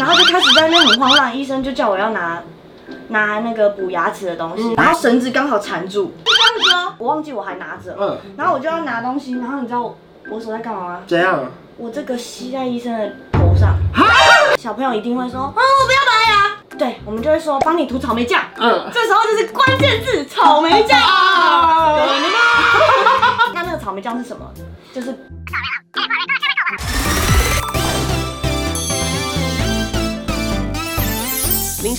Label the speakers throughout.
Speaker 1: 然后就开始在那边很慌乱，医生就叫我要拿拿那个补牙齿的东西，嗯然后绳子刚好缠住，就这样子哦，我忘记我还拿着，
Speaker 2: 嗯，
Speaker 1: 然后我就要拿东西，然后你知道我我手在干嘛吗？
Speaker 2: 怎样？
Speaker 1: 我这个吸在医生的头上，小朋友一定会说，哦，我不要拔牙。对，我们就会说帮你涂草莓酱，
Speaker 2: 嗯，
Speaker 1: 这时候就是关键字草莓酱。
Speaker 2: 啊，
Speaker 1: 那那个草莓酱是什么？就是。
Speaker 2: 您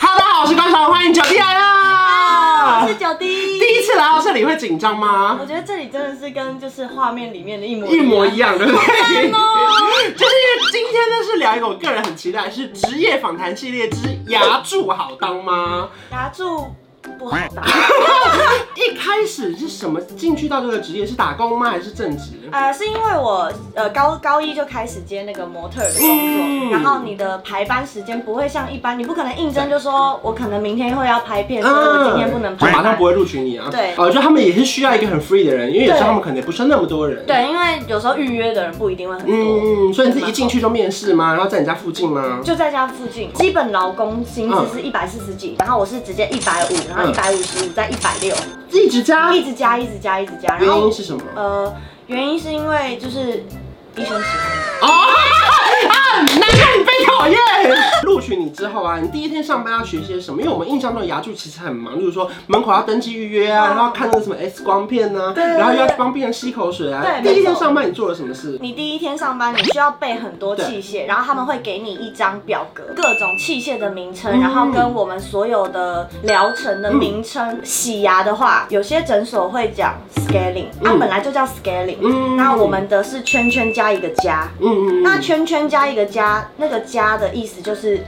Speaker 2: Hello，大家好，我是关少文，欢迎九弟来
Speaker 1: 啊，我
Speaker 2: 啦
Speaker 1: 是九弟。
Speaker 2: 第一次来到这里会紧张吗？
Speaker 1: 我觉得这里真的是跟就是画面里面的一模
Speaker 2: 一模一样，对不对？
Speaker 1: 哦。
Speaker 2: 就是因为今天呢是聊一个我个人很期待的是职业访谈系列之牙柱好当吗？
Speaker 1: 牙柱不好打，
Speaker 2: 一开始是什么进去到这个职业是打工吗？还是正职？
Speaker 1: 呃，是因为我呃高高一就开始接那个模特儿的工作，
Speaker 2: 嗯
Speaker 1: 然后你的排班时间不会像一般，你不可能应征就说我可能明天会要拍片，所以呃我今天不能
Speaker 2: 就
Speaker 1: 排
Speaker 2: 嗯马上
Speaker 1: 班
Speaker 2: 不。会录取你啊。
Speaker 1: 对
Speaker 2: 哦，就他们也是需要一个很 free 的人，因为有时候
Speaker 1: 对
Speaker 2: 他们可能也不是那么多人。，
Speaker 1: 对，因为有时候预约的人不一定会很多，
Speaker 2: 嗯，所以你自己一进去就面试吗？然后在你家附近吗？
Speaker 1: 就在家附近，基本劳工薪资是一百四十几，然后我是直接一百五，然后
Speaker 2: 嗯
Speaker 1: 一百五十五，再一百六，
Speaker 2: 一直加。
Speaker 1: 一直加，一直加，一直加，然
Speaker 2: 原
Speaker 1: 后
Speaker 2: 因是什么？
Speaker 1: 呃，原因是因为就是医生喜欢
Speaker 2: 哦，啊，难怪你被讨厌。录取你之后啊，你第一天上班要学些什么？因为我们印象中的牙柱其实很忙，例如说门口要登记预约啊，然后看那个什么 X 光片啊，
Speaker 1: 哦对对对
Speaker 2: 然后又要帮病人吸口水啊。
Speaker 1: 对
Speaker 2: 第一天
Speaker 1: 没错
Speaker 2: 上班你做了什么事？
Speaker 1: 你第一天上班，你需要备很多器械，然后他们会给你一张表格，各种器械的名称，
Speaker 2: 嗯
Speaker 1: 然后跟我们所有的疗程的名
Speaker 2: 嗯
Speaker 1: 称。洗牙的话，有些诊所会讲 scaling，它、
Speaker 2: 嗯
Speaker 1: 本来就叫 scaling，、
Speaker 2: 嗯
Speaker 1: 那我们的是圈圈加一个加，
Speaker 2: 嗯嗯
Speaker 1: 那
Speaker 2: 嗯。
Speaker 1: 圈圈加一个加，那个加的意思就是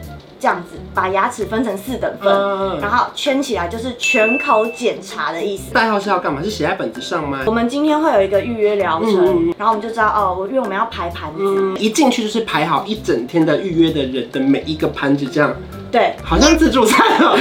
Speaker 1: 这样子，把牙齿分成四等分，
Speaker 2: 嗯
Speaker 1: 然后圈起来就是全口检查的意思。
Speaker 2: 代号是要干嘛？是写在本子上吗
Speaker 1: 我？们今天会有一个预约疗
Speaker 2: 嗯嗯
Speaker 1: 程，然后我们就知道哦，我因为我们要排盘子，
Speaker 2: 嗯，一进去就是排好一整天的预约的人的每一个盘子，这样
Speaker 1: 哦对，
Speaker 2: 好像自助餐哦。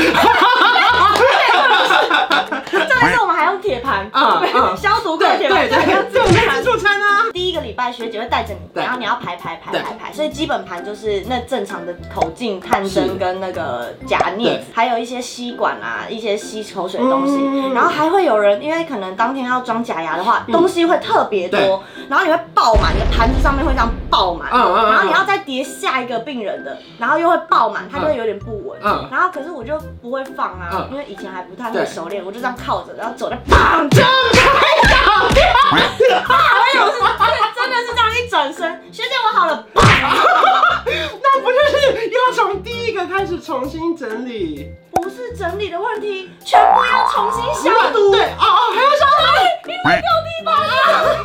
Speaker 1: 重点是我们还用铁盘
Speaker 2: 啊 啊
Speaker 1: 消毒过的
Speaker 2: 对
Speaker 1: 铁盘，
Speaker 2: 对对，这我们在自助餐啊。
Speaker 1: 第一个礼拜学姐会带着你，
Speaker 2: 对
Speaker 1: 然后你要排排排
Speaker 2: 对
Speaker 1: 排排，所以基本盘就是那正常的口径、探
Speaker 2: 是
Speaker 1: 针跟那个夹镊
Speaker 2: 对
Speaker 1: 子，还有一些吸管啊、一些吸口水的东西。
Speaker 2: 嗯
Speaker 1: 然后还会有人，因为可能当天要装假牙的话，东西会特别多，然后你会爆满，你的盘子上面会这样爆满，
Speaker 2: 嗯嗯嗯
Speaker 1: 然后你要再叠下一个病人的，然后又会爆满，它就会有点不稳。
Speaker 2: 嗯
Speaker 1: 然后可是我就不会放啊
Speaker 2: 嗯，
Speaker 1: 因为以前还不太
Speaker 2: 对
Speaker 1: 会熟练，我就这样靠着，然后走在砰就我是真
Speaker 2: 啊
Speaker 1: 的是这样一转身，学姐我好了，
Speaker 2: 那不就是要从第一个开始重新整理？
Speaker 1: 不是整理的问题，全部要重新消毒。
Speaker 2: 对，哦哦，还要消毒。
Speaker 1: 你们掉地板了。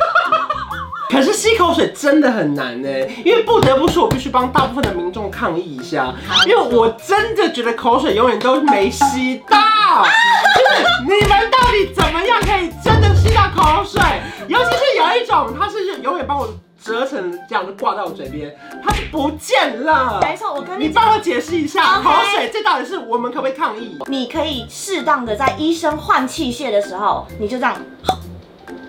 Speaker 2: 可是吸口水真的很难呢，因为不得不说，我必须帮大部分的民众抗议一下，因为我真的觉得口水永远都没吸到。就是你们到底怎么样可以真的吸到口水？尤其是有一种，它是永远帮我折成这样，就挂在我嘴边，它是不见了。
Speaker 1: 没错，我跟
Speaker 2: 你
Speaker 1: 你讲，
Speaker 2: 帮我解释一下，
Speaker 1: OK
Speaker 2: 口水这到底是我们可不可以抗议？
Speaker 1: 你可以适当的在医生换器械的时候，你就这样，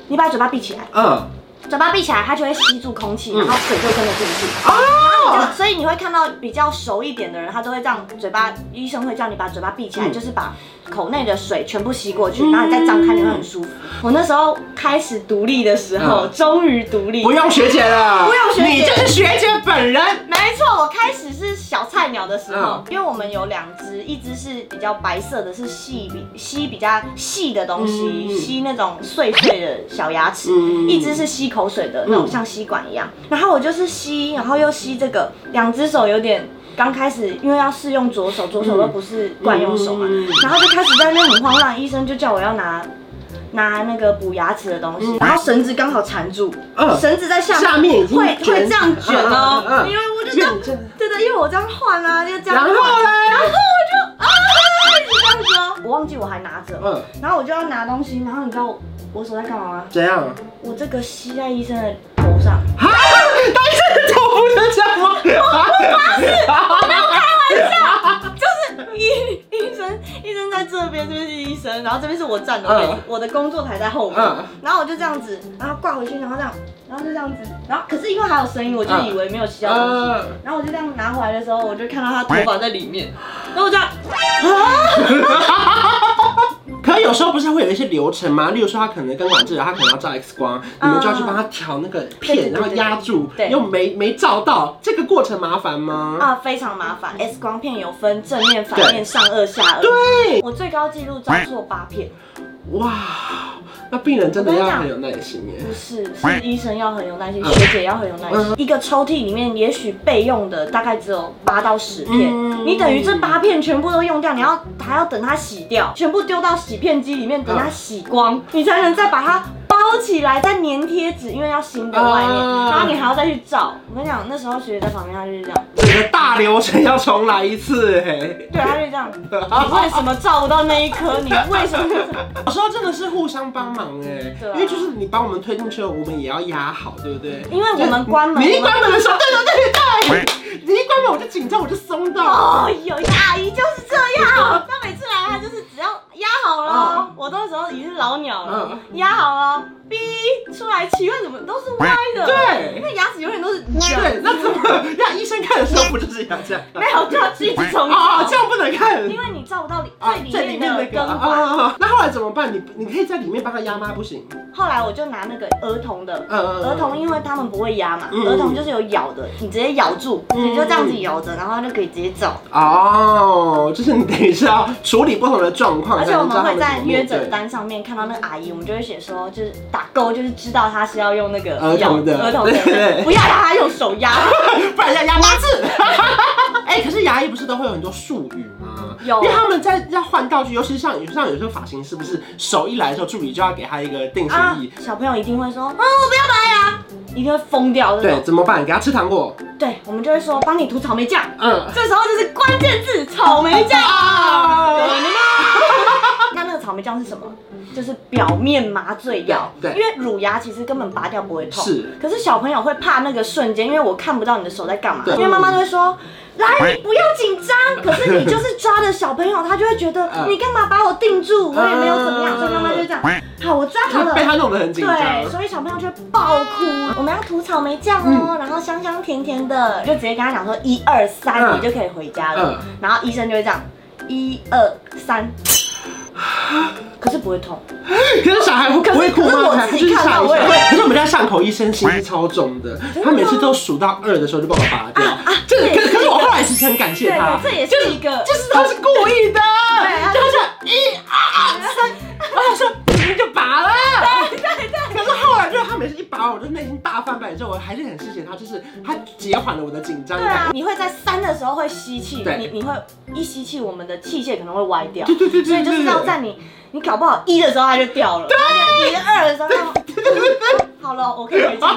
Speaker 1: 你把嘴巴闭起来，
Speaker 2: 嗯，
Speaker 1: 嘴巴闭起来，它就会吸住空气，
Speaker 2: 嗯
Speaker 1: 然后水就会跟着进去。
Speaker 2: 哦，
Speaker 1: 所以你会看到比较熟一点的人，他都会这样，嘴巴医生会叫你把嘴巴闭起来，
Speaker 2: 嗯
Speaker 1: 就是把口内的水全部吸过
Speaker 2: 嗯
Speaker 1: 去，然后你再张开，你会很舒服。我那时候开始独立的时候，
Speaker 2: 嗯
Speaker 1: 终于独立，
Speaker 2: 不用学姐了，
Speaker 1: 不用学姐
Speaker 2: 你就是学姐本人。
Speaker 1: 没错，我开始是小菜鸟的时
Speaker 2: 嗯
Speaker 1: 候，因为我们有两只，一只是比较白色的，是细比吸比较细的东西，
Speaker 2: 嗯
Speaker 1: 吸那种碎碎的小牙齿；
Speaker 2: 嗯
Speaker 1: 一只是吸口水的那种，
Speaker 2: 嗯
Speaker 1: 像吸管一样。然后我就是吸，然后又吸这个，两只手有点。刚开始因为要试用左手，左手又不是惯用手嘛，
Speaker 2: 嗯嗯嗯
Speaker 1: 然后就开始在那边很慌乱，医生就叫我要拿拿那个补牙齿的东西，然后绳子刚好缠住，
Speaker 2: 嗯
Speaker 1: 绳子在下
Speaker 2: 下面已经
Speaker 1: 会
Speaker 2: 卷
Speaker 1: 会这样卷哦，
Speaker 2: 嗯嗯嗯
Speaker 1: 因为我就这样
Speaker 2: 认真，
Speaker 1: 对的，因为我这样换啊，就这样
Speaker 2: 然后
Speaker 1: 换，然
Speaker 2: 嘞，
Speaker 1: 后我就啊，就这样子哦，我忘记我还拿着，
Speaker 2: 嗯，
Speaker 1: 然后我就要拿东西，然后你知道我我手在干嘛吗？
Speaker 2: 怎样？
Speaker 1: 我这个吸在医生的头上，
Speaker 2: 啊，当时就不能讲吗？
Speaker 1: 我这边这边是医生，然后这边是我站的位置
Speaker 2: 嗯，
Speaker 1: 我的工作台在后面
Speaker 2: 嗯，
Speaker 1: 然后我就这样子，然后挂回去，然后这样，然后就这样子，然后可是因为还有声音，我就以为没有吸到东西，
Speaker 2: 呃，
Speaker 1: 然后我就这样拿回来的时候，我就看到他头发在里面，然后我这样，
Speaker 2: 可有时候不是会有一些流程吗？例如说他可能跟管制员，他可能要照 X 光，你们就要去帮他调那个
Speaker 1: 嗯对对对
Speaker 2: 片，然后
Speaker 1: 对
Speaker 2: 压住
Speaker 1: 对，
Speaker 2: 又没没照到，这个过程麻烦吗？
Speaker 1: 啊，非常麻烦。X 光片有分正面、反面、
Speaker 2: 对
Speaker 1: 上颚、下颚。
Speaker 2: 对，
Speaker 1: 我最高纪录照错八片，
Speaker 2: 哎哇，那病人真的
Speaker 1: 我跟
Speaker 2: 要
Speaker 1: 你讲
Speaker 2: 很有耐心耶。
Speaker 1: 不是，是医生要很有耐心，学姐要很有耐心。一个抽屉里面也许备用的大概只有八到十片，
Speaker 2: 嗯
Speaker 1: 你等于这八片全部都用掉，你要还要等它洗掉，全部丢到洗片机里面，等
Speaker 2: 嗯
Speaker 1: 它洗光，你才能再把它。包起来，再粘贴纸，因为要新的外面，
Speaker 2: 啊
Speaker 1: 然后你还要再去照。我跟你讲，那时候学姐在旁边，她就是这样，
Speaker 2: 整个大流程要重来一次哎嘿。
Speaker 1: 对，她就是这样。你为什么照不到那一颗？你为什么？
Speaker 2: 有时候真的是互相帮忙哎
Speaker 1: 对啊，
Speaker 2: 因为就是你帮我们推进去，我们也要压好，对不对？
Speaker 1: 因为我们关门
Speaker 2: 你一关门的时候，对对对对，你一关门我就紧张，我就松到。
Speaker 1: 哦，有一个阿姨就是这样，她每次来她就是只要压好了
Speaker 2: 嗯，
Speaker 1: 我那时候已经是老鸟了
Speaker 2: 嗯，
Speaker 1: 压好了，B 出来奇怪怎么都是歪的，
Speaker 2: 对
Speaker 1: 那牙齿永远都是
Speaker 2: 对，那怎么让医生看的时候不就是要这样？
Speaker 1: 没有就要继续重
Speaker 2: 啊，这
Speaker 1: 照，
Speaker 2: 样不能看。
Speaker 1: 因为你照不到里
Speaker 2: 啊
Speaker 1: 最里面的
Speaker 2: 啊
Speaker 1: 根
Speaker 2: 啊
Speaker 1: 管。
Speaker 2: 啊啊那后来怎么办？你你可以在里面帮他压吗？不行。
Speaker 1: 后来我就拿那个儿童的。
Speaker 2: 嗯嗯
Speaker 1: 儿童因为他们不会压嘛，
Speaker 2: 嗯
Speaker 1: 儿童就是有咬的，你直接咬住，
Speaker 2: 嗯
Speaker 1: 你就这样子咬着，然后它就可以直接走。
Speaker 2: 哦，就是你等于是要处理不同的状况，
Speaker 1: 而且
Speaker 2: 才
Speaker 1: 我
Speaker 2: 能知
Speaker 1: 们
Speaker 2: 道他
Speaker 1: 会在
Speaker 2: 怎么
Speaker 1: 约
Speaker 2: 面对
Speaker 1: 诊单上面看到那个阿姨，我们就会写说，就是打勾，就是知道她是要用那个
Speaker 2: 儿童的
Speaker 1: 咬儿童
Speaker 2: 对对
Speaker 1: 的，
Speaker 2: 对
Speaker 1: 不要让她用手 压。啊
Speaker 2: 不然要压八 字。哎、可是牙医不是都会有很多术语吗？
Speaker 1: 有
Speaker 2: 因为他们在要换道具，尤其是像像有时候发型师不是手一来的时候，助理就要给他一个定型
Speaker 1: 啊
Speaker 2: 液。，
Speaker 1: 小朋友一定会说，啊，我不要拔牙，一定会疯掉这
Speaker 2: 对，
Speaker 1: 种。
Speaker 2: 怎么办？给他吃糖果。
Speaker 1: 对，我们就会说帮你涂草莓酱，
Speaker 2: 嗯。
Speaker 1: 这时候就是关键字草莓酱。
Speaker 2: 啊！
Speaker 1: 嗯 那那个草莓酱是什么？就是表面麻醉药。
Speaker 2: 对对
Speaker 1: 因为乳牙其实根本拔掉不会痛。
Speaker 2: 是。
Speaker 1: 可是小朋友会怕那个瞬间，因为我看不到你的手在干嘛。
Speaker 2: 对
Speaker 1: 因为妈妈都会说。来，你不要紧张。可是你就是抓着小朋友，他就会觉得
Speaker 2: 嗯
Speaker 1: 你干嘛把我定住？我也没有怎么样，所以妈妈就这样。好，我抓好
Speaker 2: 就是
Speaker 1: 了。
Speaker 2: 被他弄得很紧张。
Speaker 1: 对，所以小朋友就会爆哭。我们要涂草莓酱哦，
Speaker 2: 嗯
Speaker 1: 然后香香甜甜的，就直接跟他讲说一二三，
Speaker 2: 嗯
Speaker 1: 你就可以回家了。然后医生就会这样一二 三，可是不会痛。
Speaker 2: 可是小孩不
Speaker 1: 可是
Speaker 2: 会哭
Speaker 1: 可是我
Speaker 2: 吗？
Speaker 1: 自己
Speaker 2: 就是
Speaker 1: 看到
Speaker 2: 上一
Speaker 1: 我也会
Speaker 2: 下。可是我们家上口医生心机超重的，他每次都数到二的时候就帮我拔掉。这
Speaker 1: 这也
Speaker 2: 可
Speaker 1: 是
Speaker 2: 可是我后来其实很感谢
Speaker 1: 对
Speaker 2: 他，，
Speaker 1: 这也是一个，
Speaker 2: 就是他是故意的，
Speaker 1: 啊
Speaker 2: 就他是一二三，然后他说明明就拔了，对对对。可是后来就是他每次一拔，我就内心大翻白之后，我还是很谢谢他，就是他减缓了我的紧张
Speaker 1: 对啊
Speaker 2: 感。，
Speaker 1: 你会在三的时候会吸气，
Speaker 2: 对
Speaker 1: 你你会一吸气，我们的器械可能会歪掉，
Speaker 2: 对对对
Speaker 1: 所以
Speaker 2: 对
Speaker 1: 就是
Speaker 2: 对
Speaker 1: 要
Speaker 2: 对。
Speaker 1: 在你你搞不好一的时候它就掉了，对，一二的时候它就。 好了，我可以回 家。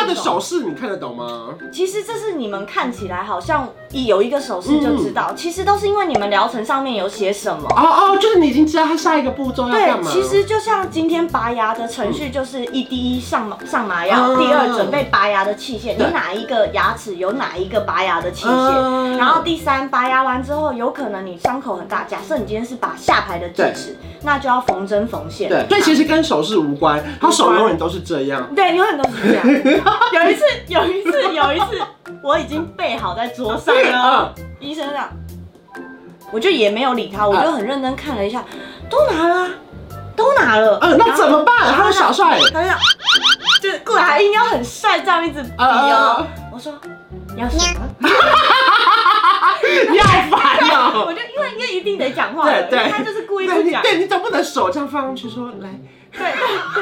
Speaker 2: 他的手势你看得懂吗？
Speaker 1: 其实这是你们看起来好像一有一个手势
Speaker 2: 嗯
Speaker 1: 就知道，其实都是因为你们疗程上面有写什么。
Speaker 2: 哦哦，就是你已经知道他下一个步骤要干
Speaker 1: 对，
Speaker 2: 嘛。
Speaker 1: 其实就像今天拔牙的程序，就是一第一上麻上麻药，
Speaker 2: 嗯
Speaker 1: 第二准备拔牙的器械，你
Speaker 2: 对
Speaker 1: 哪一个牙齿有哪一个拔牙的器械，
Speaker 2: 嗯
Speaker 1: 然后第三拔牙完之后，有可能你伤口很大，假设你今天是拔下排的智齿，那就要缝针缝线。
Speaker 2: 对，所以其实跟手势无关，他手永远都是这样。
Speaker 1: 对，永远都是这样。有一次，有一次，有一次，我已经备好在桌上 了。医生讲，我就也没有理他，我就很认真看了一下，都拿了啊，都拿了。
Speaker 2: 嗯，那怎么办？
Speaker 1: 然
Speaker 2: 他
Speaker 1: 后
Speaker 2: 的小 帅，
Speaker 1: 他就讲，就是过来还硬要很帅，这样一直比
Speaker 2: 啊
Speaker 1: 哦。我说你要什么？
Speaker 2: 你好烦
Speaker 1: 我
Speaker 2: 哦。
Speaker 1: 就因为因为一定得讲话
Speaker 2: 对
Speaker 1: 的，因为
Speaker 2: 对，
Speaker 1: 他就是故意
Speaker 2: 对
Speaker 1: 不
Speaker 2: 你
Speaker 1: 讲，对
Speaker 2: 对你总不能手这样放上去说来，
Speaker 1: 对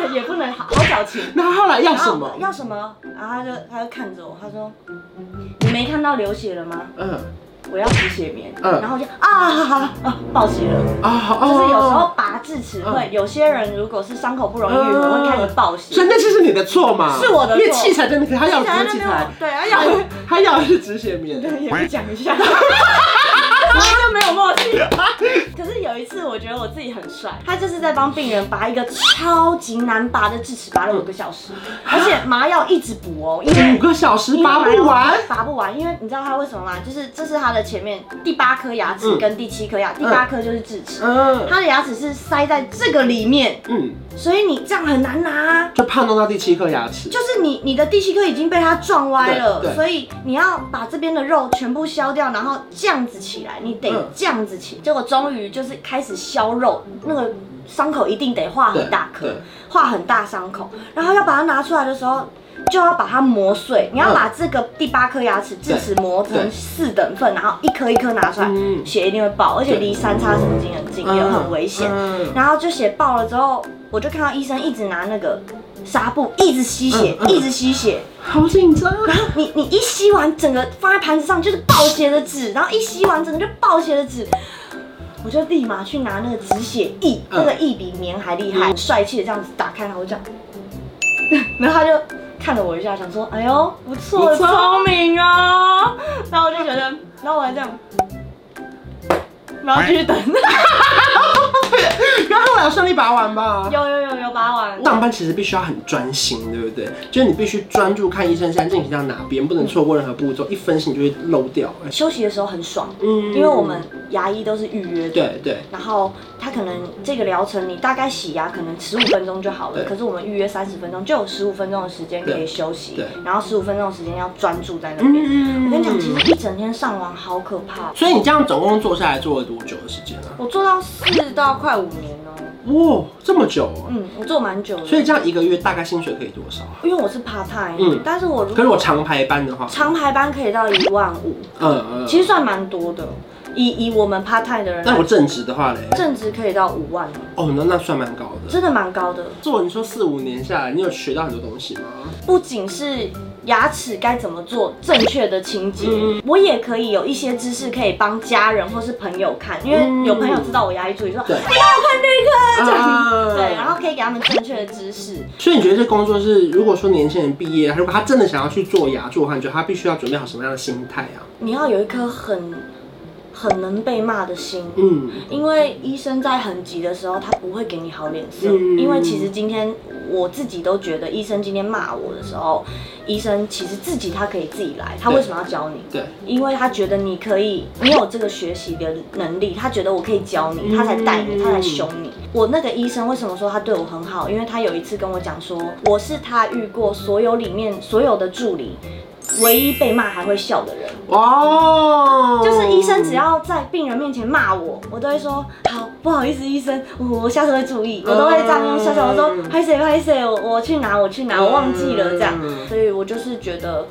Speaker 1: 对，也不能好好表情。
Speaker 2: 那后来要
Speaker 1: 然后
Speaker 2: 什么？
Speaker 1: 要什么？然后他就他就看着我，他说：“你没看到流血了吗？
Speaker 2: 嗯
Speaker 1: 我要止血棉。”
Speaker 2: 嗯
Speaker 1: 然后我就啊，好好啊，爆血了。
Speaker 2: 啊，
Speaker 1: 就是有时
Speaker 2: 哦，
Speaker 1: 候拔智齿会，有些人如果是伤口不容易愈合，
Speaker 2: 嗯
Speaker 1: 会开始爆
Speaker 2: 所以
Speaker 1: 血。
Speaker 2: 那就是你的错嘛，
Speaker 1: 是我的错
Speaker 2: 因为器材真的可以，他要的不是器
Speaker 1: 在那
Speaker 2: 材
Speaker 1: 边，对，哎
Speaker 2: 他
Speaker 1: 呀，
Speaker 2: 他要的是止血棉。
Speaker 1: 对，也不讲一下。然后就没有默 契。可是有一次，我觉得我自己很帅，他就是在帮病人拔一个超级难拔的智齿，拔了五个小 时，而且麻药一直补哦，因为
Speaker 2: 五个小时
Speaker 1: 因为
Speaker 2: 拔
Speaker 1: 麻药
Speaker 2: 不完，
Speaker 1: 拔不完，因为你知道他为什么吗？就是这是他的前面第八颗牙齿
Speaker 2: 嗯
Speaker 1: 跟第七颗牙，第八颗就是智齿，
Speaker 2: 嗯
Speaker 1: 他的牙齿是塞在这个里面，
Speaker 2: 嗯，
Speaker 1: 所以你这样很难拿啊。
Speaker 2: 就怕弄到第七颗牙齿。
Speaker 1: 就是你你的第七颗已经被它撞歪
Speaker 2: 对
Speaker 1: 了，
Speaker 2: 对
Speaker 1: 所以你要把这边的肉全部削掉，然后这样子起来，你得
Speaker 2: 嗯
Speaker 1: 这样子起。结果终于就是开始削肉，那个伤口一定得画很大
Speaker 2: 对
Speaker 1: 颗
Speaker 2: 对，
Speaker 1: 画很大伤口，然后要把它拿出来的时候。就要把它磨碎，你要
Speaker 2: 嗯
Speaker 1: 把这个第八颗牙齿智齿磨
Speaker 2: 对
Speaker 1: 成四等份，然后一颗一颗拿出来
Speaker 2: 嗯，
Speaker 1: 血一定会爆，而且
Speaker 2: 对
Speaker 1: 离三叉神经很近，也很危险。
Speaker 2: 嗯
Speaker 1: 然后就血爆了之后，我就看到医生一直拿那个纱布一直吸血
Speaker 2: 嗯，嗯
Speaker 1: 一直吸血。
Speaker 2: 好紧张 啊。
Speaker 1: 你你一吸完，整个放在盘子上就是爆血的纸，然后一吸完整个就爆血的纸。我就立马去拿那个止血液，
Speaker 2: 嗯
Speaker 1: 那个液比棉还厉害，帅气的这样子打开，然后我就这样， 然后他就看了我一下，想说，哎呦，不错，
Speaker 2: 不错
Speaker 1: 聪明哦。然后我就觉得，然后我还这样，然后继续 等，
Speaker 2: 然后后来有顺利拔完吧。
Speaker 1: 有有有有拔完，
Speaker 2: 上班其实必须要很专心，对不对？就是你必须专注看医生现在进行到哪边，不能错过任何步骤，一分心你就会漏掉。哎
Speaker 1: 休息的时候很爽，
Speaker 2: 嗯
Speaker 1: 因为我们牙医都是预约的。
Speaker 2: 对对，
Speaker 1: 然后他可能这个疗程你大概洗牙可能十五分钟就好了，
Speaker 2: 对
Speaker 1: 可是我们预约三十分钟，就有十五分钟的时间可以休息
Speaker 2: 对，
Speaker 1: 然后十五分钟的时间要专注在那边。
Speaker 2: 嗯
Speaker 1: 我跟你讲，其实一整天上网好可怕，
Speaker 2: 所以你这样总共做下来做了多久的时间啊？
Speaker 1: 我做到四到快五年哦。
Speaker 2: 哇，这么久、哦！
Speaker 1: 嗯，我做蛮久的，
Speaker 2: 所以这样一个月大概薪水可以多少啊？
Speaker 1: 因为我是 part time，、
Speaker 2: 嗯
Speaker 1: 但是我如
Speaker 2: 可是
Speaker 1: 果
Speaker 2: 我长排班的话，
Speaker 1: 长排班可以到一万五，
Speaker 2: 嗯嗯，
Speaker 1: 其实算蛮多的，以以我们 part time 的人
Speaker 2: 那
Speaker 1: 来
Speaker 2: 我，正职的话嘞，
Speaker 1: 正职可以到五万，
Speaker 2: 哦，那那算蛮高的。
Speaker 1: 真的蛮高的。
Speaker 2: 做你说四五年下来，你有学到很多东西吗？
Speaker 1: 不仅是牙齿该怎么做正确的清洁，
Speaker 2: 嗯
Speaker 1: 我也可以有一些知识可以帮家人或是朋友看，因
Speaker 2: 嗯
Speaker 1: 为有朋友知道我牙医助理说，你
Speaker 2: 对
Speaker 1: 帮我看这个，这
Speaker 2: 啊
Speaker 1: 样对，然后可以给他们正确的知识。
Speaker 2: 所以你觉得这工作是，如果说年轻人毕业，如果他真的想要去做牙做的话，你觉得他必须要准备好什么样的心态啊？
Speaker 1: 你要有一颗很很能被骂的心。
Speaker 2: 嗯，
Speaker 1: 因为医生在很急的时候，他不会给你好脸色。
Speaker 2: 嗯
Speaker 1: 因为其实今天我自己都觉得，医生今天骂我的时候，医生其实自己他可以自己来，他
Speaker 2: 对
Speaker 1: 为什么要教你？
Speaker 2: 对，
Speaker 1: 因为他觉得你可以，你有这个学习的能力，他觉得我可以教你，他才带你，
Speaker 2: 嗯
Speaker 1: 他才凶你。我那个医生为什么说他对我很好？因为他有一次跟我讲说，我是他遇过所有里面所有的助理，唯一被骂还会笑的人。
Speaker 2: 哦，
Speaker 1: 就是医生只要在病人面前骂我，我都会说好不好意思，医生，我我下次会注意，我都会这样用笑笑，我说
Speaker 2: 嗯
Speaker 1: 拍谁拍谁，我我去拿我去拿，我忘记了这样
Speaker 2: 嗯，
Speaker 1: 所以我就是觉得。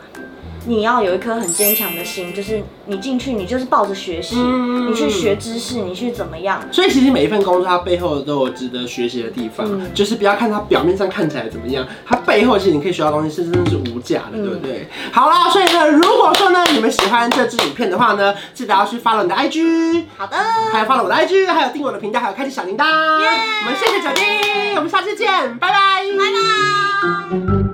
Speaker 1: 你要有一颗很坚强的心，就是你进去，你就是抱着学习，
Speaker 2: 嗯
Speaker 1: 你去学知识，你去怎么样，
Speaker 2: 所以其实每一份工作，它背后都有值得学习的地方，
Speaker 1: 嗯
Speaker 2: 就是不要看它表面上看起来怎么样，它背后其实你可以学到的东西，是真的是无价
Speaker 1: 嗯
Speaker 2: 的，对不对？好啦，所以呢，如果说呢你们喜欢这支影片的话呢，记得要去 follow 你的 IG，
Speaker 1: 好的，
Speaker 2: 还有 follow 我的 IG，还有订阅我的频道，还有开启小铃铛。我们谢谢九弟，我们下次见，拜拜，拜拜。
Speaker 1: 拜拜。